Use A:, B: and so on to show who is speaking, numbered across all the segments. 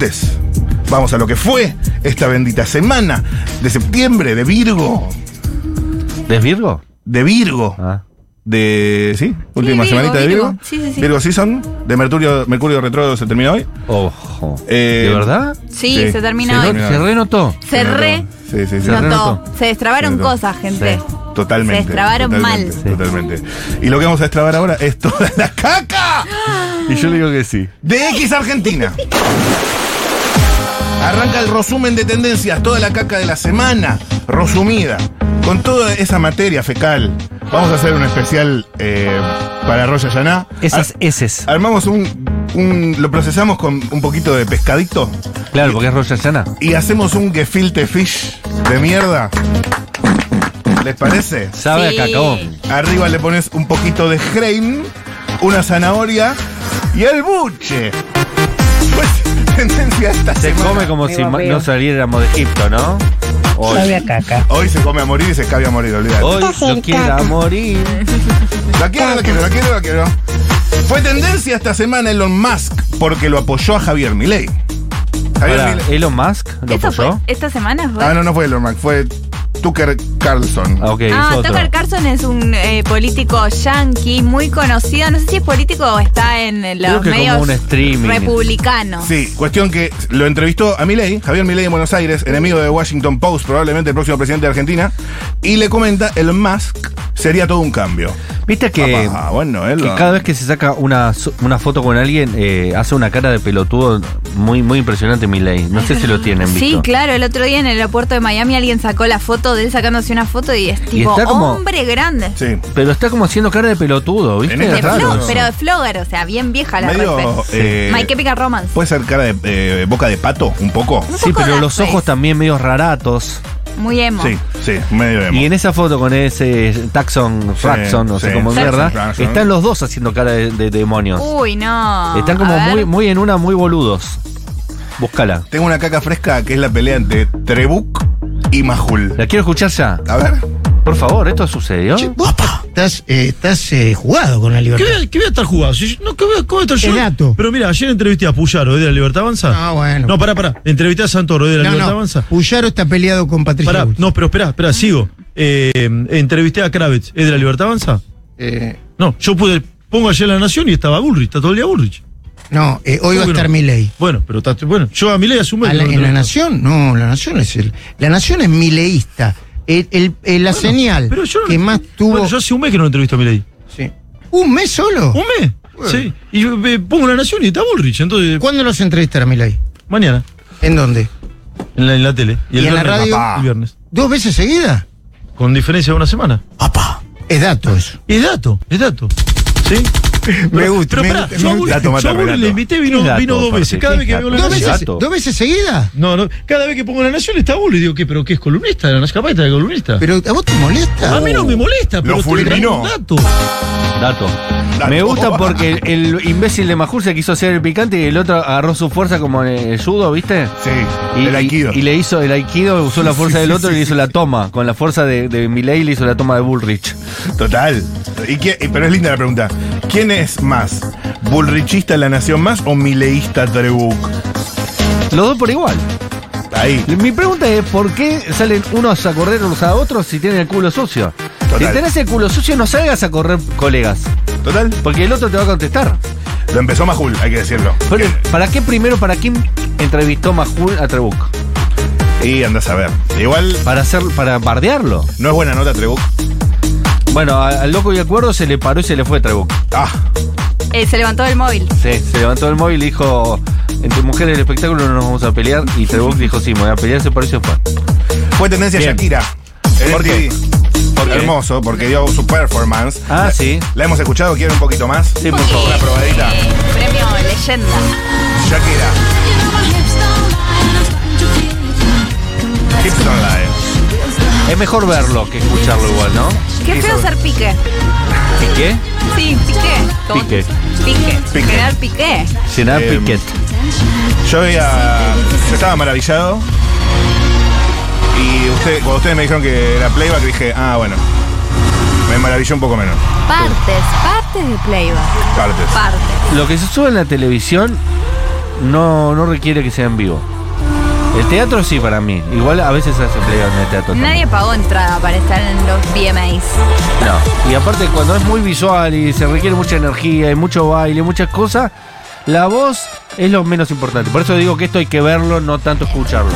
A: Antes, Vamos a lo que fue esta bendita semana de septiembre, de Virgo,
B: ¿Es Virgo?
A: de Virgo,
B: Ah.
A: de... ¿Sí? Última
C: Virgo,
A: semanita de Virgo.
C: Virgo. Sí, sí, sí.
A: Virgo Season, de Mercurio, Mercurio Retrógrado se terminó hoy.
B: Ojo.
A: Eh,
B: ¿De verdad?
C: Sí,
A: Sí.
C: se
A: Sí,
C: termina
B: ¿Se,
C: hoy.
A: no-
B: se renotó?
C: Se re
A: Sí, sí, sí.
B: Se re-
C: notó.
B: renotó.
C: Se destrabaron
A: Se notó.
C: cosas, gente.
B: Sí.
A: Totalmente.
C: Se destrabaron
A: totalmente,
C: mal.
B: Sí.
A: Totalmente. Y lo que vamos a destrabar ahora es toda la caca
B: Y yo le digo que sí.
A: de X Argentina. Arranca el resumen de tendencias, toda la caca de la semana, resumida, con toda esa materia fecal. Vamos a hacer un especial eh, para Roya Yaná.
B: Esas eses.
A: Ar- armamos un, un- Lo procesamos con un poquito de pescadito
B: Claro, porque es Roger Sana.
A: y hacemos un gefilte fish de mierda. ¿Les parece?
B: Sabe
C: Sí.
B: a cacao.
A: Arriba le pones un poquito de grain, una zanahoria y el buche. Pues, tendencia esta
B: Se
A: semana.
B: come como
D: Me
B: si ma-
D: babeo.
B: no saliéramos de Egipto, ¿no?
D: Sabe
B: Hoy.
D: a caca.
A: Hoy se come a morir y se escabe a morir, olvídate.
B: Hoy lo quiera morir.
A: La quiero, la quiero, la quiero, la quiero. Fue tendencia esta semana Elon Musk porque lo apoyó a Javier Milei. Javier
B: Ahora,
A: Milei.
B: Elon Musk lo
C: ¿Eso
B: apoyó.
C: fue esta semana? Fue?
A: Ah, no, no fue Elon Musk, fue Tucker Carlson.
B: Ah, ok,
C: Ah,
B: es otro.
C: Tucker Carlson es un eh, político yankee muy conocido. No sé si es político o está en eh,
B: Creo
C: los
B: que como
C: medios
B: un streaming.
C: republicanos.
A: Sí, cuestión que lo entrevistó a Milei, Javier Milei en Buenos Aires, enemigo de Washington Post, probablemente el próximo presidente de Argentina, y le comenta Elon Musk sería todo un cambio.
B: Viste que,
A: Ah, bueno,
B: que
A: Elon.
B: cada vez que se saca una, so- una foto con alguien, eh, hace una cara de pelotudo muy, muy impresionante, Milei. No sé si lo tienen visto.
C: Sí, claro, el otro día en el aeropuerto de Miami alguien sacó la foto de él sacándose una foto y es tipo
B: está como-
C: hombre grande.
A: Sí.
B: Pero está como haciendo cara de pelotudo, ¿viste?
A: En esta
C: De
A: Es raro
C: flo-
A: eso.
C: pero de flogger, o sea, bien vieja la
A: Medio.
C: refe.
A: eh,
C: My Chemical Romance.
A: Puede ser cara de eh, boca de pato, un poco.
C: Un
B: pues, Sí,
C: poco
B: pero
C: dark
B: los
C: face.
B: ojos también medio raratos.
C: Muy emo.
A: Sí, sí, medio emo.
B: Y en esa foto con ese Taxon,
A: Sí,
B: Raxon, no
A: sí.
B: sé cómo
A: Taxon,
B: mierda,
A: Raxon.
B: están los dos haciendo cara de, de demonios.
C: Uy, no.
B: están
C: Uh, A
B: como
C: ver.
B: muy, muy en una, muy boludos. Búscala.
A: Tengo una caca fresca que es la pelea entre Trebuk y Majul.
B: La quiero escuchar ya.
A: A ver.
B: Por favor, esto sucedió.
E: Che, vos
D: Estás, eh, estás eh, jugado con la
E: ¿Qué
D: libertad.
E: voy, a, qué voy a estar jugado? Si yo- no, ¿qué voy a, ¿Cómo voy a estar
D: El
E: yo?
D: gato.
E: Pero mira, ayer entrevisté a Puyaro, ¿eh? de la Libertad Avanza.
D: Ah, bueno.
E: No, pará, pará. Entrevisté a Santoro, ¿eh? de la
D: No,
E: Libertad
D: no.
E: Avanza.
D: Puyaro está peleado con Patricia.
E: Pará,
D: Bullrich.
E: no, pero esperá, esperá, sigo. Eh, entrevisté a Kravitz, ¿es de la Libertad Avanza?
D: Eh.
E: No, yo pude, pongo ayer la Nación y estaba Bullrich, está todo el día Bullrich.
D: No, eh, hoy va a
E: Bueno.
D: estar Milei.
E: Bueno, pero está, bueno, yo a Milei asumo
D: ¿A la- ¿En la Nación? No, la Nación es el, La Nación es mileísta. El- el- el- la señal
E: pero yo no-
D: que más tuvo.
E: Bueno, yo hace un mes que no entrevisto a Milei.
D: Sí. ¿Un mes solo?
E: ¿Un mes?
D: Bueno.
E: Sí. Y yo, eh, pongo la Nación y está Bullrich, entonces
D: ¿Cuándo los entrevistará Milei?
E: mañana,
D: ¿En dónde?
E: en la, en la tele.
D: ¿Y en la
E: viernes,
D: radio?
E: el viernes.
D: ¿Dos veces seguida?
E: Con diferencia de una semana.
D: Es dato eso.
E: Es dato, es dato. ¿sí
D: Me gusta,
E: Pero
D: me
E: pará,
D: gusta,
E: yo
D: me gusta.
E: a Bullrich-
A: Dato mata
E: yo a Bullrich
A: relato.
E: le invité, vino,
B: Es dato,
E: vino dos
B: aparte,
E: veces. Cada
B: es
E: vez que
B: dato.
E: veo la
D: ¿Dos
B: Bueno,
E: nación.
D: veces,
B: dato.
D: ¿Dos veces seguida?
E: No, no, cada vez que pongo la nación está Bullrich. Digo, ¿qué? ¿Pero qué es columnista? de ¿La nación? Capaz está de columnista.
D: ¿Pero a vos te molesta?
E: a mí no me molesta, pero estoy
A: fulminó.
E: dando un dato.
B: Dato. Me gusta porque el, el imbécil de Majur se quiso hacer el picante y el otro agarró su fuerza como en el judo, ¿viste?
A: Sí,
B: Y,
A: el aikido.
B: y- y le hizo el aikido, usó la fuerza del otro y le hizo la toma. Con la fuerza de, de Milei le hizo la toma de Bullrich.
A: Total. ¿Y quién- y- pero es linda la pregunta. ¿Quién es más? ¿Bullrichista La Nación más o mileísta Trebuk?
B: Los dos por igual.
A: Ahí.
B: Mi pregunta es, ¿por qué salen unos a correr unos a otros si tienen el culo sucio?
A: Total.
B: Si tenés el culo sucio, no salgas a correr, colegas,
A: Total.
B: porque el otro te va a contestar.
A: Lo empezó Majul, hay que decirlo.
B: Pero, ¿Para qué primero, para quién entrevistó Majul a Trebuc?
A: Y andas a ver. Igual
B: Para hacer, para bardearlo.
A: no es buena nota Trebuk.
B: Bueno, a- al loco y acuerdo se le paró y se le fue Trebuc.
A: Ah,
C: Eh, se levantó del móvil.
B: Sí, se levantó el móvil y dijo, entre mujeres del espectáculo no nos vamos a pelear. Y Trebuc dijo, sí, me voy a pelear, se paró y se fue.
A: fue tendencia
B: Bien.
A: Shakira. En
B: ¿Por qué?
A: MTV.
B: qué?
A: Hermoso, porque dio su performance.
B: Ah,
A: La-
B: sí.
A: La hemos escuchado, quieren un poquito más.
B: Sí, por favor.
A: Una probadita.
C: Eh, premio leyenda.
A: Shakira. Hips Don't Lie.
B: Es mejor verlo que escucharlo igual, ¿no?
C: Qué feo ser pique.
B: ¿Qué?
C: Sí, piqué. Como-
B: Piqué.
C: Piqué.
A: Piqué.
C: General Piqué.
B: Llenar
A: Em,
B: Piquet.
A: Yo había. Yo estaba maravillado. Y usted, cuando ustedes me dijeron que era playback, dije, ah, bueno. Me maravilló un poco menos.
C: Partes, partes de playback.
A: Partes.
C: Partes.
B: Lo que se sube en la televisión no, no requiere que sea en vivo. El teatro sí para mí. Igual a veces hace playback en el teatro. también.
C: Nadie pagó entrada para estar en los VMAs.
B: No. Y aparte cuando es muy visual y se requiere mucha energía y mucho baile, muchas cosas, la voz es lo menos importante. Por eso digo que esto hay que verlo, no tanto escucharlo.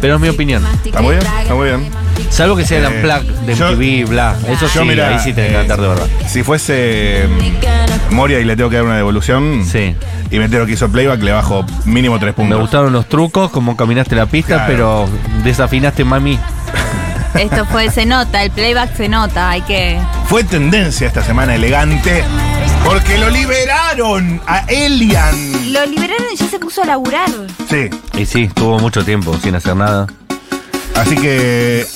B: Pero es mi opinión.
A: Está muy bien, está muy bien.
B: Salvo que sea el
A: Eh,
B: unplugged de
A: yo-
B: MTV, bla. Eso sí,
A: Yo, mira,
B: ahí sí te
A: eh,
B: que cantar de verdad.
A: Si fuese mm, Moria y le tengo que dar una devolución
B: Sí.
A: y me entero que hizo playback, le bajo mínimo tres
B: Me
A: puntos.
B: gustaron los trucos, como caminaste la pista,
A: Claro.
B: pero desafinaste, mami.
C: Esto fue, se nota, el playback se nota, hay que...
A: Fue tendencia esta semana elegante porque lo liberaron a Elian.
C: Lo liberaron y ya se puso a laburar.
A: Sí,
B: Y sí, estuvo mucho tiempo sin hacer nada.
A: así que.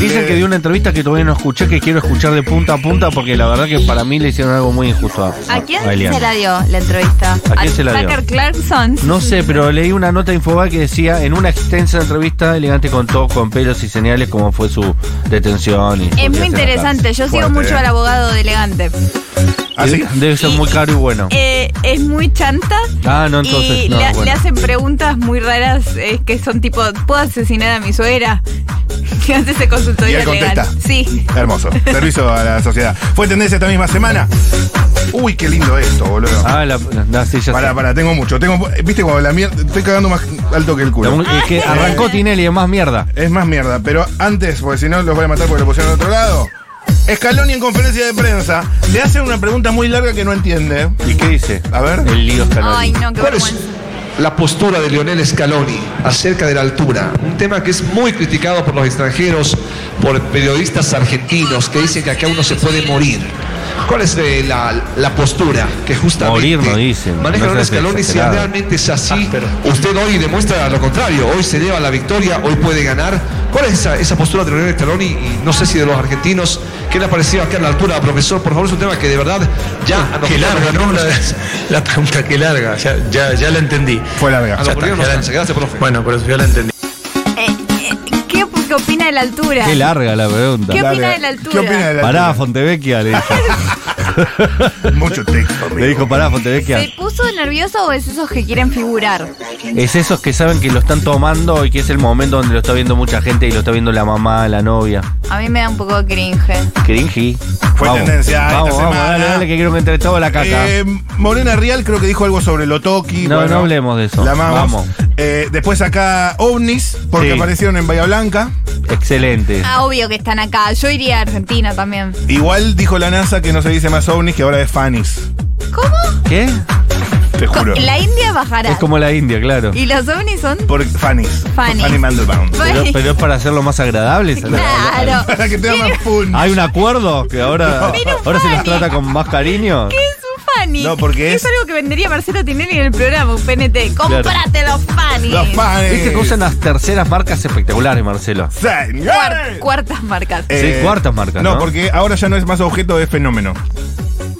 B: Dicen que dio una entrevista que todavía no escuché, que quiero escuchar de punta a punta, porque la verdad que para mí le hicieron algo muy injusto a,
C: ¿A quién
B: a Elian.
C: se la dio la entrevista?
B: quién se la dio?
C: Tucker Clarkson.
B: No sé, pero leí una nota de Infobae que decía, en una extensa entrevista, Elegante contó con pelos y señales cómo fue su detención. Y su
C: Es muy
B: viaje a la
C: interesante, yo sigo
A: Fuerte,
C: mucho
A: eh.
C: al abogado de elegante.
B: cárcel.
A: Así,
B: Ah, Debe ser
C: Y-
B: muy caro y bueno.
C: Eh, es muy chanta.
B: Ah, no, entonces,
C: Y
B: no,
C: le,
B: bueno.
C: le hacen preguntas muy raras eh, que son tipo, ¿puedo asesinar a mi suegra? Que hace ese
A: Y
C: consultorio
A: él
C: legal.
A: contesta.
C: Sí.
A: hermoso. Servicio a la sociedad. Fue tendencia esta misma semana. Uy, qué lindo esto, boludo.
B: Ah, la, la- sí, ya
A: Pará,
B: sé.
A: pará, tengo mucho. Tengo, viste cuando la mierda. Estoy cagando más alto que el
B: La
A: culo.
B: mu-
C: Ah,
B: es que arrancó Tinelli, es más mierda.
A: Es más mierda, pero antes, porque si no los voy a matar porque lo pusieron al otro lado. Scaloni en conferencia de prensa le hacen una pregunta muy larga que no entiende.
B: ¿Y qué dice?
A: A ver.
B: El lío Scaloni.
C: Ay, no, qué
F: ¿Cuál es
C: vergüenza.
F: la postura de Lionel Scaloni acerca de la altura? Un tema que es muy criticado por los extranjeros, por periodistas argentinos que dicen que acá uno se puede morir. ¿Cuál es eh, la, la postura que justamente
B: Morir no dicen,
F: maneja
B: no
F: Lionel
B: seas
F: Scaloni? Si
B: exagerado.
F: realmente es
G: Ah,
F: así, usted hoy demuestra lo contrario. Hoy se lleva la victoria, hoy puede ganar. ¿Cuál es esa, esa postura de Lionel Scaloni y no sé si de los argentinos? ¿Qué le ha parecido acá a la altura, profesor? Por favor, es un tema que de verdad ya... a
G: Ah, Qué
F: nosotros-
G: larga, ¿no? La, la pregunta, qué larga. Ya, ya, ya la entendí.
A: Fue larga.
F: Ah, no, ¿por qué no nos alcanza? Gracias, profe.
G: Bueno, pero ya la entendí.
C: Eh, eh, ¿qué, op- qué opina de la altura?
B: Qué larga la pregunta.
C: ¿Qué opina
A: Larga.
C: de la altura?
A: ¿Qué opina de la
B: Pará,
A: altura?
B: Fontevecchia, le dijo.
A: Mucho texto. amigo.
B: Le dijo, pará, Fontevecchia.
C: ¿Se puso nervioso o es esos que quieren figurar?
B: Es esos que saben que lo están tomando y que es el momento donde lo está viendo mucha gente y lo está viendo la mamá, la novia.
C: A mí me da un poco de cringe.
B: Cringy.
A: Fue tendencia esta
B: Vamos, vamos,
A: semana.
B: dale, dale, que quiero que entre todo la caca.
A: Eh, Morena Real creo que dijo algo sobre Lotoki.
B: No, no hablemos de eso.
A: La amamos.
B: Vamos.
A: Eh, después acá OVNIS, porque
B: Sí.
A: aparecieron en Bahía Blanca.
B: Excelente.
C: Ah, obvio que están acá. Yo iría a Argentina también.
A: Igual dijo la NASA que no se dice más OVNIS, que ahora es FANIS.
C: ¿Cómo?
B: ¿Qué?
A: Te juro.
C: La India bajará.
B: Es como la India, claro.
C: Y los ovnis son.
A: Por FANIS.
C: Fannies.
A: Fanny Mandelbaum.
B: Pero, pero es para hacerlo más agradable. esa-
C: Claro.
A: Para que te da más fun.
B: Hay un acuerdo que ahora,
C: Pero
B: ahora se las
C: Fanny.
B: trata con más cariño.
C: ¿Qué es un fanny?
A: No, porque
C: es
A: es-
C: algo que vendería Marcelo Tinelli en el programa, un PNT. Cómprate los fannies.
A: Los FANIS.
B: Viste que usan las terceras marcas espectaculares, Marcelo.
C: Cuar-
A: ¡Señores!
C: cuartas marcas.
A: Eh,
B: Sí, cuartas marcas, ¿no?
A: porque ahora ya no es más objeto, es fenómeno.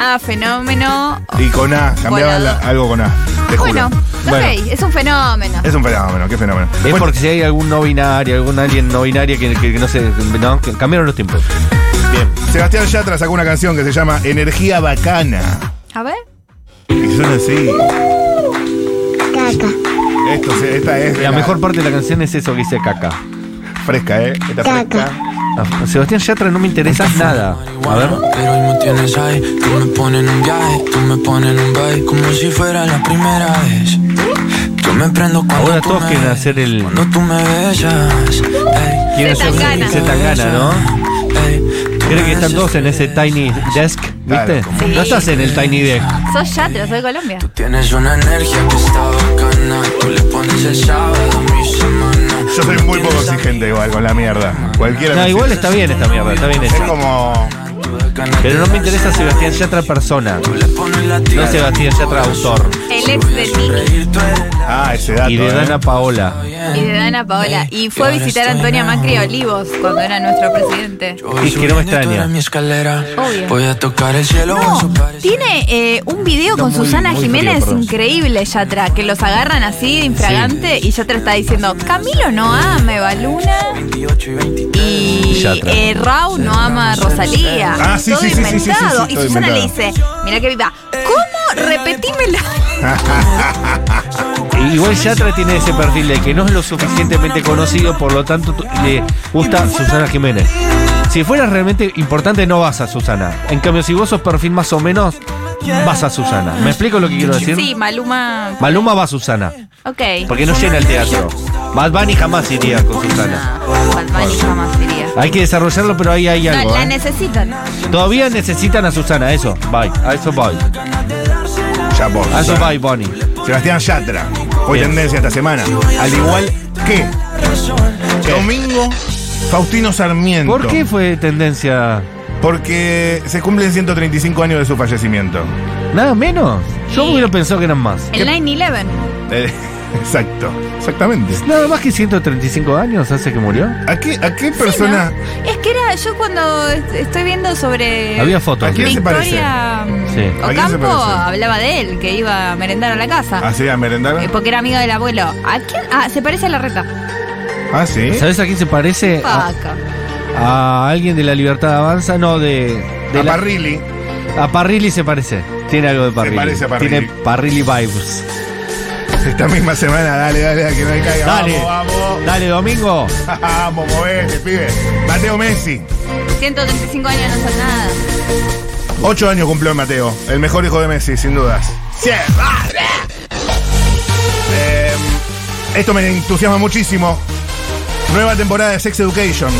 C: Ah, fenómeno.
A: Y con A, cambiaba
C: Bueno.
A: la- algo con A. Te juro.
C: Bueno, ok,
A: Bueno.
C: es un fenómeno.
A: Es un fenómeno, qué fenómeno.
B: Es
A: Bueno,
B: porque si hay algún no binario, algún alguien no binario que, que- que no se. No, que cambiaron los tiempos.
A: Sebastián Yatra sacó una canción que se llama Energía Bacana.
C: A ver.
A: Y suena así. Esto, se- esta es de
B: La mejor parte de la canción es eso que dice caca.
A: fresca, ¿eh? Esta fresca.
B: Ah, Sebastián Yatra no me interesa nada. A ver.
H: Pero hoy me tienes ahí, tú me pones en un viaje, tú me pones en un baile, como si fuera la primera vez. Yo me prendo cuando
B: Ahora
H: tú
B: todos
H: me
B: quieren
H: ves,
B: hacer el-
H: Cuando tú me besas, ey,
B: ¿Quién
C: Se Tangana.
B: Se Tangana, ¿no?
H: Ey, tú
B: Creo
H: me
B: que están todos en ese
H: desesperas.
B: tiny desk, ¿viste?
A: Claro, como-
B: No estás en el tiny desk.
C: Sos Yatra, soy de Colombia.
H: Tú tienes una energía que está bacana, tú le pones el sábado a mi semana.
A: Yo soy
H: Tú
A: muy poco
H: tienes a
A: exigente igual con la mierda. Cualquiera.
B: No,
A: me
B: igual
A: sirve.
B: está bien esta mierda, está bien
A: Es
B: hecha.
A: como.
H: mí, tú de ganas
B: Pero no me
H: de
B: interesa
H: hacer.
B: Sebastián Yatra persona.
H: Tú le pones la
B: No
H: tierra a
B: Sebastián
H: mi
B: Yatra
H: corazón.
B: autor.
C: El ex de Nicky
H: Reír, tú eres la
A: Ah, ese dato.
B: Y de
A: ¿eh?
B: Dana Paola.
C: y de Dana Paola. Y fue a visitar a Antonia Macri a Olivos cuando era nuestro presidente.
B: Y que no me extraña.
H: Mi escalera.
C: Obvio.
H: Voy a tocar el cielo. eso
C: No,
H: parece.
C: tiene eh, un video con Susana Jiménez increíble, Yatra, que los agarran así de infragante y Yatra está diciendo, Camilo no ama a Eva Luna
H: 28 y 23.
C: y
B: Yatra.
C: eh, Rau no ama a Rosalía.
A: Ah, sí,
C: todo
A: sí, sí, sí, sí, sí, sí, todo
C: inventado. y Susana
A: inventado.
C: le dice, mira que viva, ¿cómo? Repetímela.
B: Igual Yatra tiene ese perfil de que no es lo suficientemente conocido, por lo tanto tú- le gusta Susana Jiménez. Si fueras realmente importante, no vas a Susana. En cambio, si vos sos perfil más o menos, vas a Susana. ¿Me explico lo que quiero decir?
C: Sí, Maluma.
B: Maluma va a Susana,
C: Ok.
B: porque no llena el teatro. Bad Bunny jamás iría con Susana.
C: No, Bad Bunny jamás iría.
B: Hay que desarrollarlo, pero ahí hay
C: No,
B: algo.
C: la
B: ¿eh?
C: necesitan.
B: Todavía necesitan a Susana, eso. Bye, a eso voy.
A: Ya vos.
B: A eso bye, Bonnie.
A: Sebastián Yatra. Hoy
B: Bien.
A: tendencia esta semana. Al igual que domingo, Faustino Sarmiento.
B: ¿Por qué fue tendencia?
A: Porque se cumplen 135 años de su fallecimiento.
B: Nada menos. Yo
C: Sí.
B: hubiera pensado que eran más.
C: El 9-11.
A: Eh, exacto, exactamente.
B: Nada más que 135 años hace que murió.
A: ¿A qué, a qué
C: Sí,
A: persona?
C: ¿no? Es que era yo cuando est- estoy viendo sobre
B: Había fotos.
A: ¿A quién se parece?
C: Victoria
B: Sí.
C: mm,
A: ¿A quién se
C: Ocampo
A: parece? Ah,
C: hablaba de él, que iba a merendar a la casa.
A: ¿Así a merendar?
C: eh, Porque era amigo del abuelo. ¿A quién? Ah, se parece a la reta.
A: Ah, sí.
B: ¿Sabes a quién se parece? A,
C: Paca.
B: a alguien de la Libertad Avanza, no, de. de
A: A
B: la-
A: Parrilli.
B: a Parrilli se parece. Tiene algo de Parrilli.
A: parece a Parrilli.
B: Tiene Parrilli vibes.
A: Esta misma semana, dale, dale, a que no le caiga.
B: Dale.
A: Vamos, vamos.
B: Dale, domingo.
A: Vamos, movete, pibe. Mateo Messi.
C: 135 años no son nada.
A: Ocho años cumplió Mateo. El mejor hijo de Messi, sin dudas. ¡Sí! ¡Madre! Eh, esto me entusiasma muchísimo. Nueva temporada de Sex Education.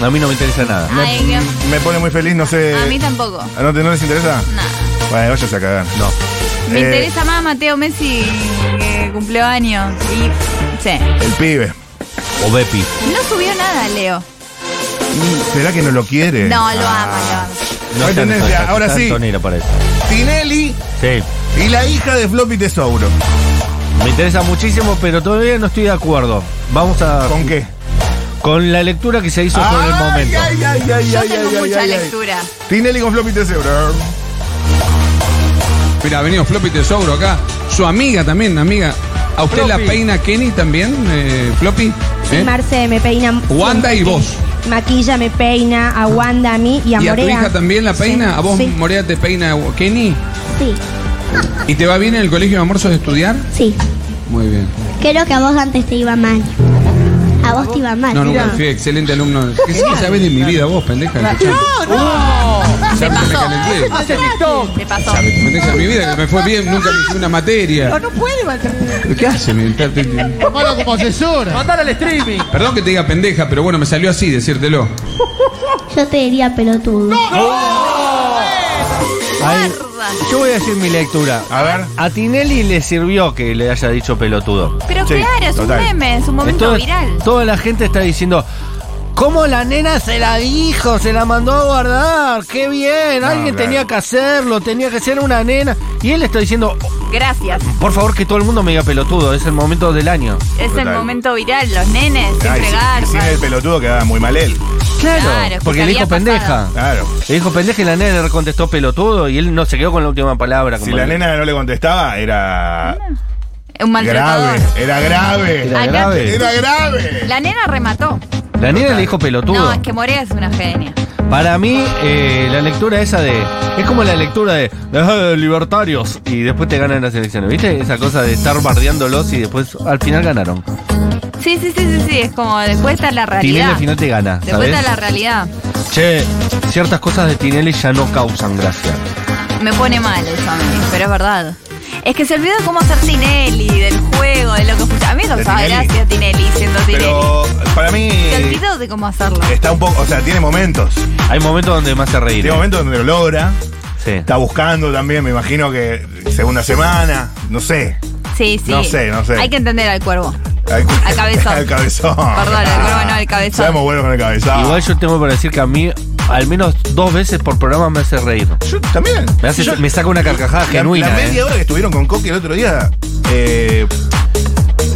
B: A mí no me interesa nada.
C: Ay, Dios.
A: Me pone muy feliz, no sé.
C: A mí tampoco.
A: ¿Ah, ¿No, te- no les interesa?
C: Nada.
A: Bueno, váyase a cagar.
B: No.
C: Me
A: Eh,
C: interesa más Mateo Messi que cumplió años. Y. Sí.
A: El pibe.
B: O Bepi.
C: No subió nada, Leo.
A: ¿Será que no lo quiere?
C: No, lo ama, lo ama.
A: No hay tendencia, ahora sí.
B: Tonera para eso.
A: Tinelli
B: Sí.
A: y la hija de Floppy Tesauro.
B: Me interesa muchísimo, pero todavía no estoy de acuerdo. Vamos a.
A: ¿Con qué?
B: con la lectura que se hizo sobre el
A: Ay,
B: momento.
A: ay, ay, ay,
C: Yo
A: ay,
C: tengo
A: ay,
C: mucha
A: ay, ay.
C: lectura.
A: Tinelli con Floppy Tesauro.
I: Mira, ha venido Floppy Tesauro acá. Su amiga también, amiga. ¿A usted la peina Kenny también, eh, Floppy? ¿Eh?
J: Marce me peina.
I: Wanda y
J: siempre
I: vos.
J: que Maquilla me peina, a Wanda a mí y a
I: ¿Y a tu
J: Morea.
I: hija también la peina?
J: Sí,
I: ¿A vos,
J: Sí,
I: Morea, te peina Kenny?
J: sí,
I: ¿Y te va bien en el colegio de amorsos de estudiar?
J: sí.
I: Muy bien.
J: Creo que a vos antes te iba mal. A vos te iba mal.
I: No, nunca fui excelente alumno. ¿Qué sí sabes de mi vida vos, pendeja? No, no.
C: Se
I: Ya me la
C: pasó.
I: calenté.
C: Se pasó.
I: Pendeja de mi vida, que me fue bien, nunca me hice una materia. No, no puede ¿Qué hace? Me- te- te-
D: Tomalo como asesora.
I: Perdón que te diga pendeja, pero bueno, me salió así decírtelo.
J: Yo te diría pelotudo.
B: Ay, yo voy a decir mi lectura.
A: A ver.
B: A Tinelli le sirvió que le haya dicho pelotudo.
C: Pero
A: Sí,
C: claro, es
A: total.
C: un meme, es un momento
B: Entonces,
C: viral.
B: Toda la gente está diciendo. ¿Cómo la nena se la dijo? Se la mandó a guardar. ¡Qué bien! Alguien
A: claro.
B: tenía que hacerlo. Tenía que ser una nena. Y él está diciendo, "Oh,
C: Gracias.
B: por favor, que todo el mundo me diga pelotudo. Es el momento del año.
C: Es
A: Total.
C: el momento viral, los nenes,
A: Ay,
C: siempre
A: si- sin el
C: garpan.
A: pelotudo quedaba muy mal él.
C: Claro,
B: porque
C: porque
B: le dijo
C: había pasado.
B: pendeja.
A: Claro.
B: Le dijo pendeja y la nena le contestó pelotudo. Y él no se quedó con la última palabra.
A: Si
B: como
A: la
B: él.
A: nena no le contestaba, era
C: Un Mm, maltratador.
A: grave. Era grave.
B: Era
C: Acá-
B: grave.
A: Era grave.
C: La nena remató.
B: La nena le dijo pelotudo.
C: No, es que Morea es una genia.
B: Para mí, eh, la lectura esa de. Es como la lectura de. "Ah, libertarios. Y después te ganan las elecciones. ¿Viste? Esa cosa de estar bardeándolos y después al final ganaron.
C: Sí, sí, sí, sí, sí, es como después está la
B: Tinelli
C: realidad.
B: al final te gana.
C: Después
B: ¿sabes?
C: está la realidad.
B: Che, ciertas cosas de Tinelli ya no causan gracia.
C: Me pone mal eso a mí, pero es verdad. Es que se olvidó de cómo hacer Tinelli, del juego, de lo que escuchaba. A mí me causaba
A: Tinelli.
C: gracia Tinelli siendo Tinelli.
A: Pero eh, para mí
C: Se olvidó de cómo hacerlo.
A: está un poco, o sea, tiene momentos.
B: Hay momentos donde más se reír. ¿eh?
A: Tiene momentos donde lo logra.
B: Sí.
A: Está buscando también, me imagino que segunda semana, no sé.
C: Sí, sí.
A: No sé, no sé.
C: Hay que entender al cuervo.
A: Al,
C: Al cabezón.
A: al cabezón.
C: Perdón, al cuervo no, al cabezón.
A: Sabemos bueno con el cabezón.
B: Igual yo tengo para decir que a mí, al menos dos veces por programa me hace reír.
A: Yo también.
B: Me, hace-
A: Yo-
B: me saca una carcajada
A: La,
B: genuina.
A: la media
B: eh.
A: hora que estuvieron con Coqui el otro día. eh,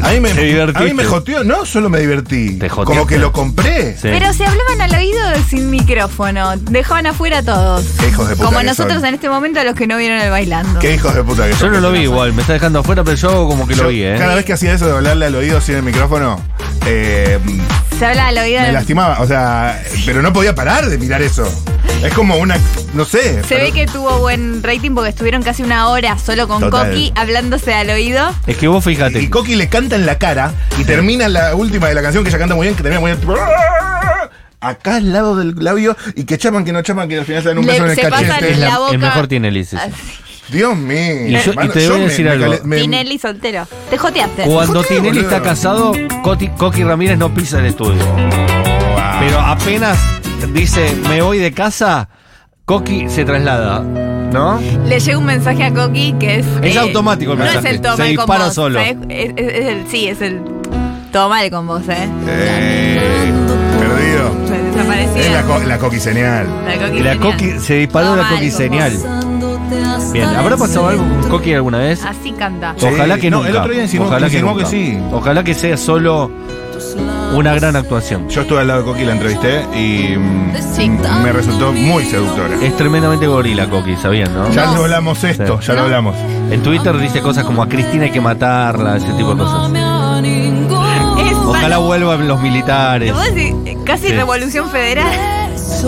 A: a mí me,
B: Te divertiste.
A: a mí me joteó, no solo me divertí.
B: Te joteaste.
A: como que lo compré.
B: Sí.
C: Pero se hablaban al oído sin micrófono. Dejaban afuera a todos.
A: Qué hijos de puta
C: Como
A: que
C: nosotros
A: son.
C: en este momento, a los que no vieron el bailando.
A: Qué hijos de puta que
B: Yo
A: son.
B: no lo vi igual, me está dejando afuera, pero yo como que
A: Yo
B: lo vi, ¿eh?
A: Cada vez que hacía eso de hablarle al oído sin el micrófono, eh,
C: Se habla al oído.
A: me
C: del-
A: lastimaba. O sea, pero no podía parar de mirar eso. Es como una. No sé.
C: Se ve que tuvo buen rating porque estuvieron casi una hora solo con
A: Total.
C: Coqui hablándose al oído.
B: Es que vos fíjate.
A: Y Coqui le canta en la cara y termina la última de la canción que ella canta muy bien, que termina muy bien. tipo, Acá al lado del labio y que chaman, que no chaman, que al final se dan un
C: Le-
A: beso en el
C: se pasan
A: cachete.
C: en la boca. Ah,
B: El mejor tiene Lices.
C: Así.
A: Dios mío.
B: Y yo- y
A: hermano,
B: te voy a
A: me-
B: decir
A: me
B: algo.
A: calé- me-
C: Tinelli soltero. Te joteaste.
B: Cuando
A: ¿Por qué,
B: Tinelli
A: boludo?
B: está casado, Coti- Coqui Ramírez no pisa el estudio. Pero apenas dice, me voy de casa, Coqui se traslada. ¿No?
C: Le llega un mensaje a Coqui que es. eh,
B: Es automático el
C: no
B: mensaje.
C: es el toma
B: Se
C: el con
B: dispara
C: vos,
B: solo.
C: ¿sabes? Es- es- es el- sí, es el toma el con vos, ¿eh?
A: Eh, perdido.
C: Se
A: Es la,
C: desaparecía.
A: co- la Coqui señal.
C: La Coqui.
B: La
C: genial.
B: Coqui se disparó
C: Toma
B: la Coqui
C: algo,
B: señal. Bien, ¿habrá pasado algo con Coqui alguna vez?
C: Así canta.
A: Sí.
B: Ojalá que
A: No,
B: nunca.
A: el otro día insinuó-
B: Ojalá que,
A: insinuó que
B: nunca.
A: sí.
B: Ojalá que sea solo una gran actuación.
A: Yo estuve al lado de Coqui, la entrevisté y mm,
C: Sí.
A: me resultó muy seductora.
B: Es tremendamente gorila, Coqui, ¿sabían, no?
A: Ya lo hablamos esto, ya lo hablamos.
B: En Twitter dice cosas como a Cristina hay que matarla, ese tipo de cosas.
C: Es
B: Ojalá vuelvan los militares.
C: ¿Vos decís? Casi
B: Sí.
C: revolución federal.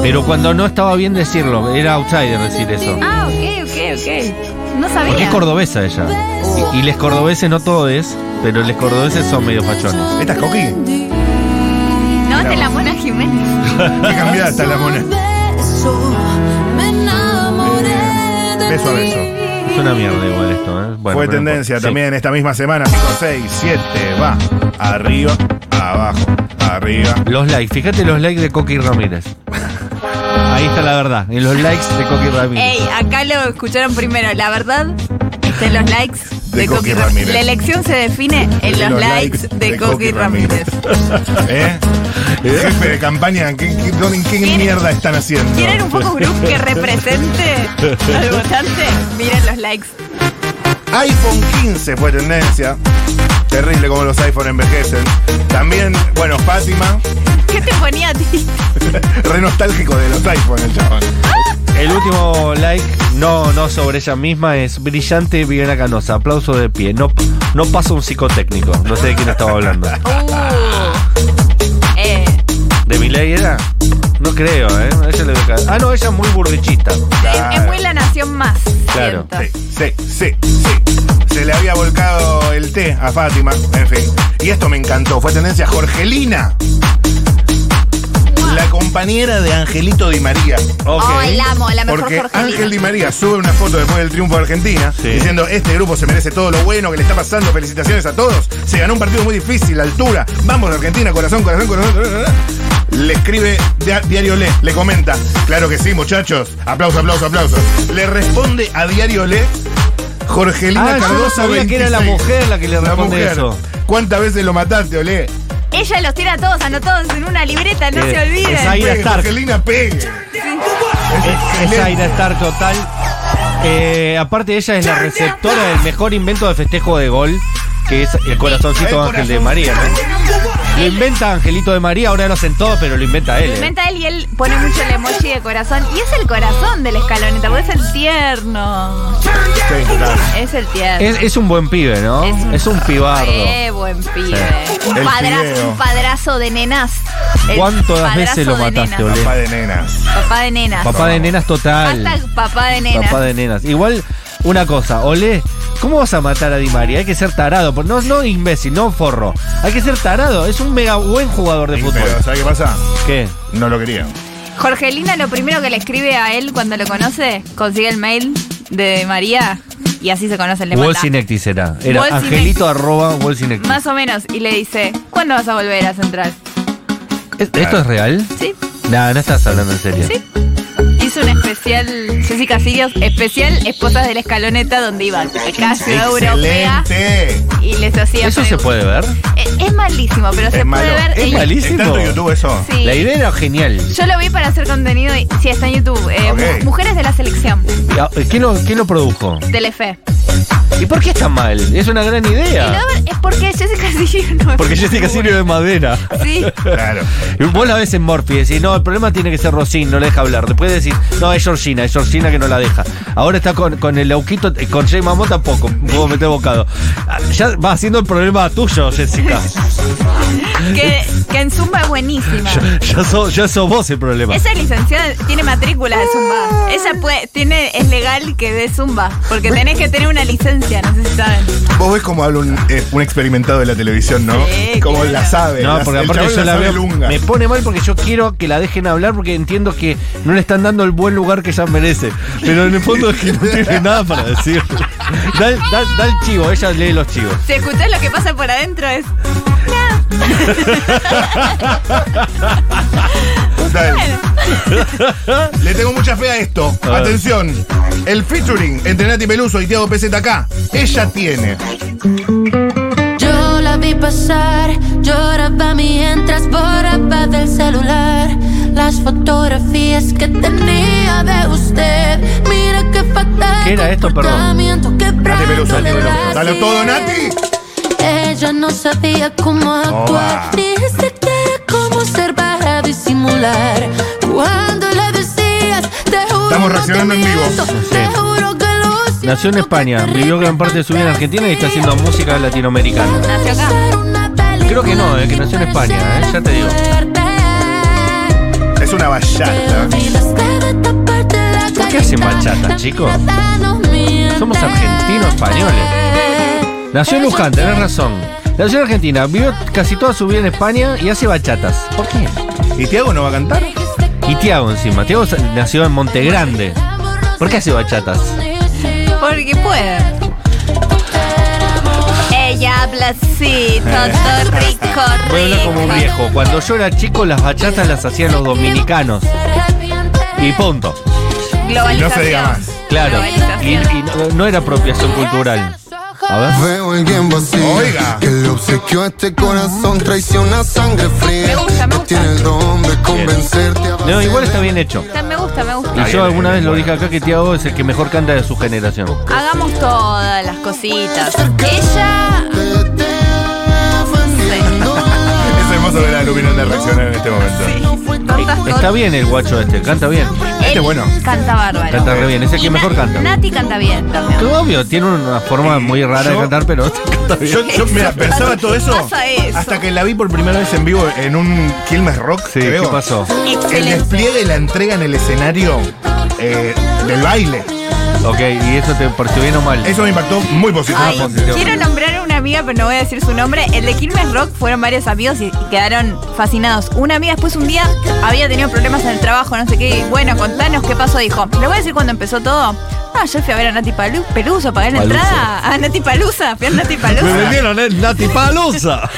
B: Pero cuando no estaba bien decirlo, era outsider decir eso.
C: Ah, ok, ok, ok. No
B: Porque es
C: sabía.
B: cordobesa ella. Y, y les cordobeses no todos, pero les cordobeses son medio fachones.
A: ¿Esta es Coqui?
C: No, es de la Mona Jiménez.
A: Está cambiada hasta la mona. Beso a beso.
B: Es una mierda igual esto, ¿eh? Bueno,
A: Fue
B: pero no
A: tendencia
B: importa. Sí.
A: también esta misma semana, 5, 6, 7, va. Arriba, abajo, arriba.
B: Los likes, fíjate los likes de Coqui Ramírez. Ahí está la verdad, en los likes de Coqui Ramírez.
C: Ey, acá lo escucharon primero. La verdad, de los likes
A: De
C: de,
A: Coqui
C: Coqui
A: Ramírez.
C: Ramírez. La elección se define en los, likes, de, Coqui, Ramírez.
A: ¿Eh? El jefe de campaña, ¿qué, qué- dónde- en qué
C: ¿Quieren-
A: mierda están haciendo?
C: ¿Quieren un poco group que represente al votante? Miren los likes.
A: iPhone 15 fue tendencia. Terrible como los iPhone envejecen. También, bueno, Fátima,
C: ¿Qué te ponía a ti?
A: re nostálgico de los iPhone, el chaval.
B: El último like, no, no sobre ella misma, es brillante Viviana Canosa. Aplauso de pie. No, no pasa un psicotécnico. No sé de quién estaba hablando.
C: Uh. Eh,
B: ¿De Milei era? No creo, ¿eh? A Ella le voy a caer. Ah, no, ella es muy burrichista.
C: es, es muy la nación más.
B: Claro.
C: siento.
A: Sí, sí, sí, sí. Se le había volcado el té a Fátima, en fin. Y esto me encantó, fue tendencia Jorgelina. La compañera de Angelito Di María.
B: Ok.
C: Ay, la amo, la mejor
A: Porque
C: Jorgelina.
A: Ángel Di María sube una foto después del triunfo de Argentina
B: Sí.
A: diciendo este grupo se merece todo lo bueno que le está pasando, felicitaciones a todos. Se ganó un partido muy difícil, altura. Vamos Argentina, corazón, corazón, corazón. corazón". Le escribe Dia- Diario Le, le comenta, claro que sí muchachos, aplauso, aplauso, aplauso. Le responde a Diario Le Jorgelina
B: Ah, yo no
A: Cardosa
B: sabía que era la
A: 26.
B: mujer la que le
A: La
B: responde
A: mujer.
B: eso.
A: ¿Cuántas veces lo mataste, Ole?
C: Ella los tira a todos anotados en una libreta, no
B: Eh,
C: se olviden.
B: es ahí. Aira
A: Pegue,
B: Stark.
A: Jorgelina pegue.
B: Es, es Aira Star total. Eh, aparte, ella es la receptora del mejor invento de festejo de gol, que es el
A: El
B: corazoncito de Ángel de
A: corazón.
B: María, ¿no? Lo inventa Angelito de María, ahora lo hacen todos, pero lo inventa él.
C: Lo
B: ¿eh?
C: Inventa él y él pone mucho el emoji de corazón. Y es el corazón de la escaloneta, porque es el tierno.
A: Sí, claro.
C: Es el tierno.
B: Es, es un buen pibe, ¿no? Es un, pibardo.
C: Qué buen pibe.
A: Sí.
C: Un,
A: El
C: padrazo,
A: fideo.
C: un padrazo de nenas. El
B: ¿Cuántas
C: padrazo
B: veces lo
C: de
B: mataste,
C: nenas.
B: Ole?
A: Papá de nenas.
C: Papá de nenas.
B: Papá de nenas total.
C: Hashtag papá de nenas.
B: Papá de nenas. Igual, una cosa, Ole, ¿cómo vas a matar a Di María? Hay que ser tarado. por- No, no imbécil, no forro. Hay que ser tarado. Es un mega buen jugador de
A: Sí,
B: fútbol.
A: Pero, ¿sabes qué pasa?
B: ¿Qué?
A: No lo quería.
C: Jorgelina lo primero que le escribe a él cuando lo conoce, consigue el mail de María y así se conocen. Le manda.
B: Wolsinectis era. Era
C: Wolsinectis.
B: angelito arroba Wolsinectis.
C: Más o menos. Y le dice, ¿cuándo vas a volver a Central?
B: ¿Es- ¿Esto es real?
C: Sí.
B: No, no estás hablando en serio.
C: Sí. Hizo un especial, Jessica Sirios, especial Esposas de la Escaloneta, donde iban de cada ciudad europea
A: ¡Excelente!
C: y les hacía.
B: ¿Eso se
C: preguntas.
B: puede ver?
C: Eh, Es, malísimo, pero se
A: Es malo.
C: puede ver.
B: Es
C: en-
B: malísimo.
A: ¿Es tanto YouTube eso?
C: Sí.
B: La idea era genial.
C: Yo lo vi para hacer contenido y sí, está en YouTube. Eh,
A: Ok.
B: Ah,
C: Mu- Mujeres de la Selección,
B: ¿Quién lo, quién lo produjo?
C: Telefe.
B: ¿Y por qué está mal? Es una gran
C: Y
B: idea.
C: no, es porque Jessica Silvio no es
B: Porque Jessica Silvio es madera.
C: Sí.
A: Claro.
B: Y Vos la ves en Morphy y decís, no, el problema tiene que ser Rosin, no le deja hablar. Después decís, no, es Georgina, es Georgina que no la deja. Ahora está con, con el Lauquito, eh, con Jay Mamón tampoco, puedo meter bocado. Ah, Ya va haciendo el problema tuyo, Jessica.
C: Que, que en Zumba es buenísima.
B: ya, ya sos, ya sos vos el problema.
C: Esa licenciada tiene matrícula de
B: Ah.
C: Zumba. Ella puede, tiene, es legal que dé Zumba. Porque tenés que tener una licencia, no sé si saben.
A: Vos ves cómo habla un, eh, un experimentado de la televisión, ¿no?
C: Sí,
A: Como
C: claro.
A: la sabe.
B: No,
A: la-
B: porque
A: el
B: aparte
A: chabón
B: yo la
A: sabe
B: veo.
A: lunga.
B: Me pone mal porque yo quiero que la dejen hablar porque entiendo que no le están dando el buen lugar que ella merece. Pero en el fondo es que no tiene nada para decir. Da, el- da- da el chivo, ella lee los chivos.
C: Si escuchás lo que pasa por adentro es.
A: Total. Le tengo mucha fe a esto.
B: A ver.
A: Atención. El featuring entre Nati Peluso y Tiago PZK. Ella tiene.
K: Yo la vi pasar, lloraba mientras borraba del celular las fotografías que tenía de usted. Mira qué fatal.
B: ¿Qué era esto, perdón?
K: comportamiento, qué
A: Nati Peluso,
K: pronto
A: Nati
K: le
A: Peluso. Dale todo, Nati.
K: Ella no sabía cómo actuar.
A: va.
K: Dijiste que era como ser para disimular. Cuando le decías, te juro. no
A: Estamos
K: te
A: reaccionando en vivo.
K: miento, Te juro que lo hice.
B: Nació en España, vivió gran parte de su vida en Argentina y está haciendo música latinoamericana.
C: Nació acá.
B: Creo que no, eh, que nació en España, eh, ya te digo.
A: Es una bachata.
B: ¿Por qué hacen bachata, chicos? Somos argentinos españoles. Nació en Luján, tenés razón. Nació en Argentina, vivió casi toda su vida en España y hace bachatas. ¿Por qué?
A: ¿Y Tiago no va a cantar?
B: Y Tiago encima. Tiago sa- nació en Montegrande. ¿Por qué hace bachatas?
C: Porque puede. Ella habla
A: Eh.
C: así, todo rico,
B: Voy a hablar como un
C: rico.
B: viejo. Cuando yo era chico, las bachatas las hacían los dominicanos. Y punto.
A: Y no se diga
C: Globalización.
A: más.
B: Claro. Y, y no, no era apropiación cultural. A ver.
L: Veo en alguien vacío
A: Oiga.
L: que le obsequió este corazón, traiciona sangre fría.
C: Me gusta, me gusta.
L: Tiene el don de convencerte a
B: No,
L: base
B: igual
L: de
B: está bien hecho.
C: Está- Me gusta, me gusta.
B: Y yo alguna vez lo dije acá que Tiago es el que mejor canta de su generación.
C: Hagamos todas las cositas. Ella.
A: Es hermoso ver a Luminanda reaccionar en este momento.
C: Tantas
B: Está
C: cosas.
B: bien el guacho este, canta bien.
A: Este es bueno.
C: Canta bárbaro.
B: Canta re bien, es el
C: Y
B: que mejor
C: Na-
B: canta.
C: Nati canta bien también.
B: Todo obvio, tiene una forma muy rara de
A: Eh, Yo-
B: cantar, pero canta bien.
A: Yo, yo, mira, pensaba todo eso
C: Pasa eso.
A: hasta que la vi por primera vez en vivo en un Quilmes Rock.
B: Sí,
A: creo.
B: ¿qué pasó?
A: El
C: Excelente.
A: despliegue y la entrega en el escenario eh, del baile.
B: Ok, y eso te pareció bien o mal.
A: Eso me impactó muy
C: Ay,
A: positivo.
C: quiero nombrar a una amiga, pero no voy a decir su nombre. El de Quilmes Rock fueron varios amigos y, y quedaron fascinados. Una amiga después un día había tenido problemas en el trabajo, no sé qué. y Bueno, contanos qué pasó, dijo. Le voy a decir cuando empezó todo. Ah, yo fui a ver a Nati Palu Peluso, pagué la
B: Paluso.
C: entrada. A Nati Palusa, fui a Nati Palusa.
A: eh,
B: el Nati Palusa.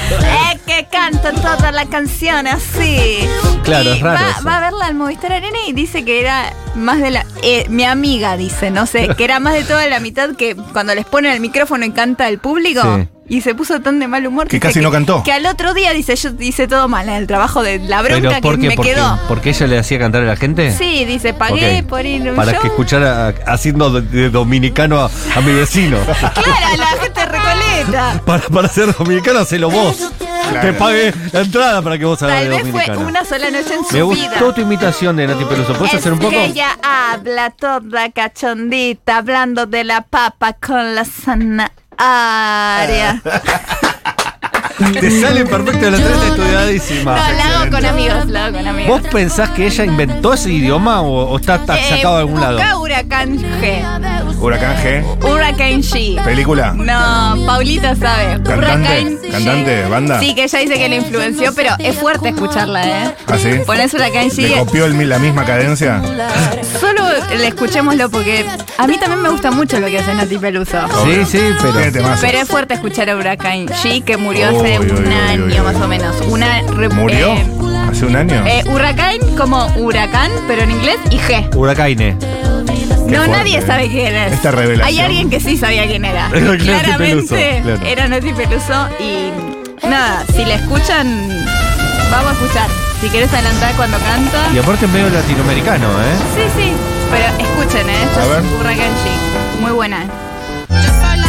C: Es que cantan toda la canción así.
B: Claro,
C: Y
B: es raro
C: Va,
B: eso.
C: va a verla al Movistar Arena y dice que era más de la. eh, mi amiga dice, no sé, que era más de toda la mitad que cuando les ponen el micrófono y canta el público.
B: Sí.
C: Y se puso tan de mal humor
A: Que
C: dice
A: casi no cantó.
C: Que al otro día dice, yo hice todo mal en el trabajo de la
B: Pero
C: bronca
B: ¿por
C: que
B: qué?
C: me
B: ¿Por qué?
C: quedó.
B: ¿Porque ella le hacía cantar a la gente?
C: Sí, dice, pagué
B: Ok.
C: por ir a un
B: Para
C: show.
B: que escuchara a- haciendo do- de dominicano a, a mi vecino.
C: Claro, la gente recoleta.
B: para, para ser dominicano, hacelo vos. Te pagué la entrada para que vos hagas
C: Tal
B: de
C: vez fue
B: dominicano.
C: una sola noche en su
B: Me
C: vida.
B: gustó tu imitación de Nati Peluso. ¿Puedes
C: Es
B: hacer un poco?
C: que ella habla toda cachondita, hablando de la papa con la
B: Ah,
C: zanahoria.
B: Te sale perfecto la entrevista
C: No,
B: estudiadísima.
C: la hago con amigos, la hago con amigos.
B: ¿Vos pensás que ella inventó ese idioma o, o está, ta-
C: Eh,
B: sacado de algún
C: busca
B: lado?
C: Huracán G.
A: Huracán G.
C: Huracán G.
A: Película.
C: No, Paulita sabe. Huracán
A: Cantante. Cantante, banda.
C: Sí, que ella dice que la influenció, pero es fuerte escucharla, ¿eh?
A: ¿Ah, sí?
C: Ponés Huracán
A: ¿Le
C: G.
A: copió el- la misma cadencia?
C: Solo le escuchémoslo porque a mí también me gusta mucho lo que hace Nati Peluso.
B: Sí, sí,
A: Tiene
B: pero.
A: temazos.
C: Pero es fuerte escuchar a Huracán G, que murió hace
A: Uy, uy,
C: un
A: uy,
C: año
A: uy, uy.
C: más o menos. Una re-
A: ¿Murió?
C: eh,
A: ¿Hace un año?
C: eh, huracán como huracán, pero en inglés, y G.
B: Huracaine.
A: Qué
C: No,
A: fuerte,
C: nadie
A: eh.
C: sabe quién es.
A: Esta revelación.
C: Hay alguien que sí sabía quién era.
B: Era Nati Peluso,
C: Claramente
B: claro.
C: era Nati Peluso y nada, si la escuchan, vamos a escuchar. Si quieres adelantar cuando canta.
B: Y aparte es medio latinoamericano, ¿eh?
C: Sí, sí, pero escuchen, ¿eh? Esto
A: A
C: es
A: ver.
C: Huracán G. Muy buena.
K: Yo soy la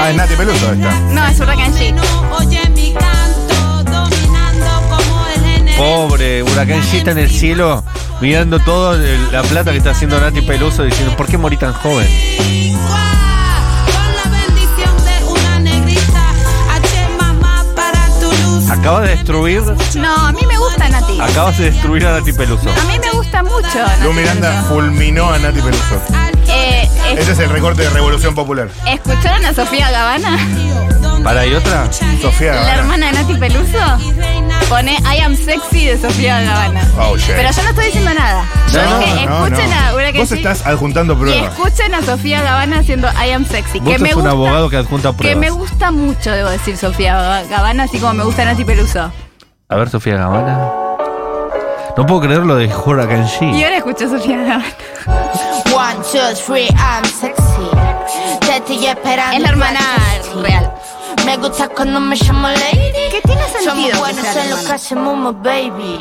A: Ah, es Nati Peluso esta.
C: No, es Huracán G.
K: Oye mi canto dominando como el género.
B: Pobre huracán G está en el cielo mirando todo el- la plata que está haciendo Nati Peluso diciendo, ¿por qué morí tan joven?
K: Con la bendición de una negrita. H mamá para tu luz.
B: Acabas de destruir,
C: No, a mí me gusta Nati. A
B: acabas de destruir a Nati Peluso.
C: mí me gusta mucho.
A: Lu Miranda fulminó a Nati Peluso.
C: Eh, es-
A: Ese es el recorte de Revolución Popular.
C: ¿Escucharon a Sofía Gavana?
B: ¿Para y otra?
A: Sofía
C: La
A: Gavana.
C: hermana de Nati Peluso pone I am sexy de Sofía Gavana.
A: Oh, shit.
C: Pero yo no estoy diciendo nada. Yo dije, escuchen a Huracán
A: Vos
C: G
A: estás adjuntando
C: y
A: pruebas.
C: escuchen a Sofía Gavana haciendo I am sexy.
B: Vos
C: Que me
B: sos un
C: gusta.
B: abogado que adjunta
C: Que
B: pruebas.
C: me gusta mucho, debo decir, Sofía Gavana, así como me gusta Nati Peluso.
B: A ver, Sofía Gavana. No puedo creer lo de Huracán
C: Y
B: G.
C: ahora escucho a Sofía Gavana.
K: One, two, three, I'm sexy. Te estoy
I: Ah,
K: esperando.
C: Es la hermana real.
K: Me gusta cuando me llamo lady.
C: Que tiene sentido que
K: Somos buenos
C: sea
K: en lo
C: hermana.
K: que hacemos, my baby.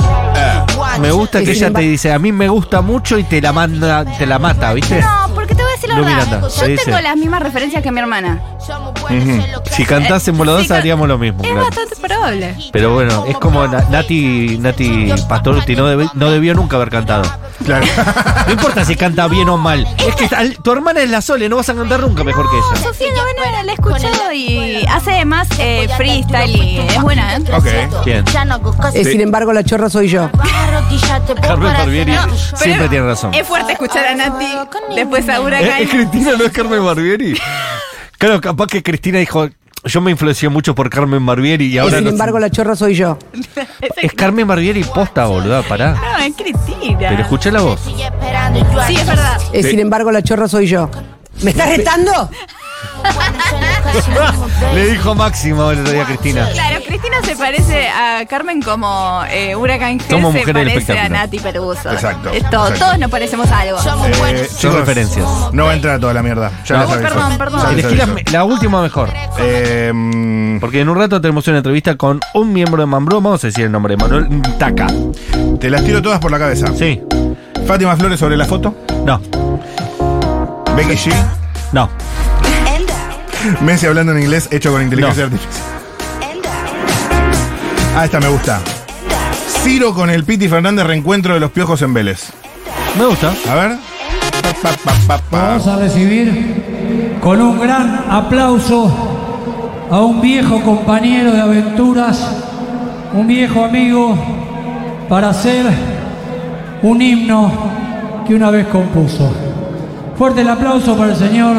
K: One,
B: Eh, Me
K: two,
B: gusta que
K: three.
B: ella te dice, a mí me gusta mucho y te la manda, te la mata, ¿viste?
C: No, porque te voy a decir la
B: Lu
C: verdad.
B: Miranda,
C: yo
B: se
C: tengo
B: dice.
C: las mismas referencias que mi hermana.
B: Ujú. Si cantás en
C: Sí, ca-
B: Volodosa haríamos lo mismo.
C: Es
B: claro.
C: bastante probable.
B: Pero bueno, es como Na- Nati, Nati Pastoruti, no, debe- no debió nunca haber cantado.
A: Claro. Eh,
B: No importa si canta bien o mal. Es que al- tu hermana es la Sole, no vas a cantar nunca mejor que ella.
C: Sofía Gavana la he escuchado y hace además eh, freestyle y es buena, ¿eh?
B: Ok. Bien.
K: Ya no hago caso.
M: Eh, Sin embargo, la chorra soy yo.
K: Arrodillate,
B: Carmen
K: para
B: Barbieri
K: hacer-
B: siempre tiene razón.
C: Es fuerte escuchar a Nati, ah, después a Huracán.
B: ¿Eh? ¿Es Cristina no es Carmen Barbieri? Claro, capaz que Cristina dijo, yo me influencié mucho por Carmen Barbieri y
M: Eh,
B: ahora
M: Sin
B: no-
M: embargo, la chorra soy yo.
B: Es Carmen Barbieri posta, boluda, pará.
C: No, es Cristina.
B: Pero escuché la voz.
C: Sí, es verdad.
M: Eh, Sin embargo, la chorra soy yo. ¿Me estás retando?
B: Le dijo Máximo el otro día a Cristina.
C: Claro, Cristina se parece a Carmen como eh, Huracán G
B: Somos
C: se
B: mujeres del
C: parece a
B: espectáculo.
C: Nati Peruso.
A: Exacto,
C: Es todo,
A: exacto.
C: todos nos parecemos a algo.
A: Eh,
B: Son referencias.
A: No va a entrar a toda la mierda. Ya
B: No,
A: les aviso.
C: perdón, perdón.
A: Ya les
B: Elegí la,
A: aviso. Eh, mm,
B: la última mejor. Porque en un rato tenemos una entrevista con un miembro de Mambrú. Vamos a decir el nombre de Manuel Taca.
A: Te las tiro todas por la cabeza.
B: Sí.
A: Fátima Flores sobre la foto.
B: No,
A: Becky G.
B: no,
A: Messi hablando en inglés hecho con inteligencia artificial. Ah, esta me gusta. Ciro con el Piti Fernández reencuentro de los piojos en Vélez.
B: Me gusta.
A: A ver. Pa, pa, pa, pa, pa.
N: Vamos a recibir con un gran aplauso a un viejo compañero de aventuras, un viejo amigo, para hacer un himno que una vez compuso. Fuerte el aplauso para el señor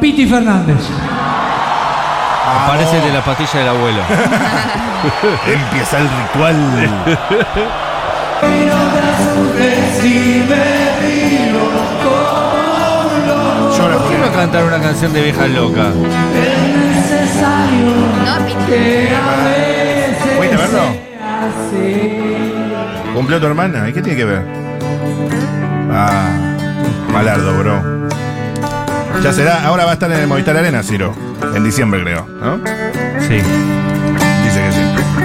N: Piti Fernández.
B: aparece el de la pastilla del abuelo.
A: Empieza el ritual.
B: ¿Por qué no cantar una canción de vieja loca?
A: Voy a verlo. Cumplió tu hermana. ¿Y qué tiene que ver? Ah, malardo, bro. Ya será, ahora va a estar en el Movistar Arena, Ciro. En diciembre, creo, ¿no?
B: Sí.
A: Dice que sí.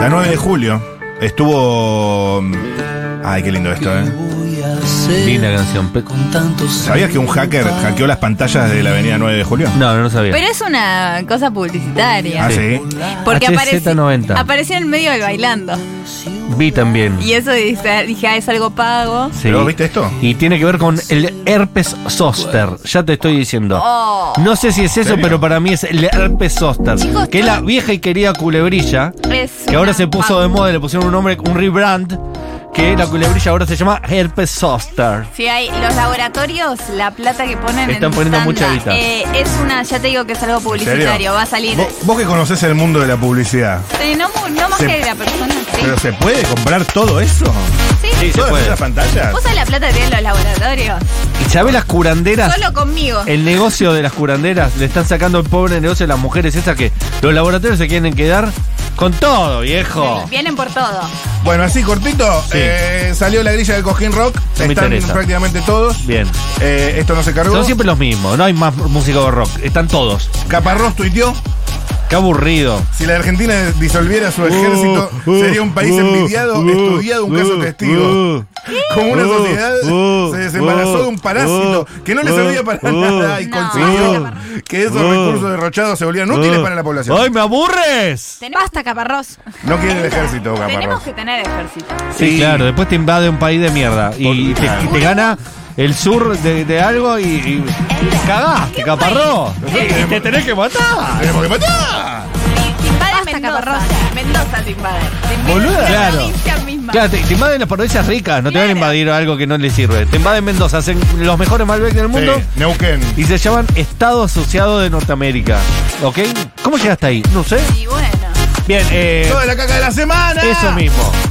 A: La 9 de julio estuvo. Ay, qué lindo esto, ¿eh?
B: Linda canción. Pe-
A: ¿Sabías que un hacker hackeó las pantallas de la avenida 9 de julio?
B: No, no sabía.
C: Pero es una cosa publicitaria.
A: Ah, sí.
C: Porque aparece-
B: HZ90.
C: apareció en el medio del bailando.
B: Vi también.
C: Y eso dice- dije, ah, es algo pago.
B: Sí. Y tiene que ver con el herpes zoster. Ya te estoy diciendo.
C: Oh.
B: No sé si es eso,
C: ¿Serio?
B: pero para mí es el herpes zoster. Que es la vieja y querida culebrilla.
C: Es
B: Que ahora
C: una
B: se puso
C: pago.
B: de moda, le pusieron un nombre, un rebrand. Que la culebrilla ahora se llama herpes zoster.
C: Sí, hay los laboratorios, la plata que ponen.
B: Están
C: en
B: poniendo
C: tanda,
B: mucha guita.
C: eh, es una, ya te digo que es algo publicitario.
A: serio?
C: Va a salir.
A: Vos, vos que conocés el mundo de la publicidad,
C: Sí, no, mu- no más
A: Se-
C: que la persona. Sí.
A: ¿pero se puede comprar todo eso?
C: Sí.
B: Sí, se
A: ¿Todas
B: puede.
A: esas pantallas?
C: ¿Vos sabés la plata que tienen los laboratorios?
B: ¿Y sabés las curanderas?
C: Solo conmigo.
B: El negocio de las curanderas, le están sacando el pobre negocio de las mujeres esas que los laboratorios se quieren quedar con todo, viejo.
C: Vienen por todo.
A: Bueno, así cortito,
B: Sí.
A: eh, salió la grilla del Cojín Rock.
B: me
A: Están
B: interesa.
A: prácticamente todos.
B: Bien.
A: Eh, esto no se cargó.
B: Son siempre los mismos, no hay más música de rock, están todos.
A: Caparrós tuiteó.
B: Qué aburrido.
A: Si la Argentina disolviera su ejército,
E: uh,
A: sería un país envidiado, estudiado, un caso testigo. Como
B: Uh,
A: una sociedad se desembarazó de un parásito que no le
B: uh,
A: servía para nada y consiguió que esos recursos derrochados se volvieran útiles para la población.
B: Uh. ¡Ay, me aburres!
C: Basta, caparrós.
A: No quieren el ejército,
C: Tenemos
A: Caparrós.
C: que tener ejército.
B: Sí,
A: Sí.
B: claro, después te invade un país de mierda y te, y te gana el sur de, de algo y, y cagaste, caparró. Y te tenés que matar.
A: Tenemos que matar.
C: Invade Mendoza. Mendoza te invade. Te invade
B: Boluda.
C: la
B: Claro.
C: provincia misma.
B: Claro, te, te invaden las provincias ricas, no te van a invadir algo que no les sirve. Te invaden Mendoza, hacen los mejores Malbec del mundo
A: Sí, Neuquén.
B: y se llaman Estado Asociado de Norteamérica. ¿Ok? ¿Cómo llegaste ahí? No sé.
C: Y bueno.
B: Bien, eh,
A: Toda la caca de la semana.
B: eso mismo.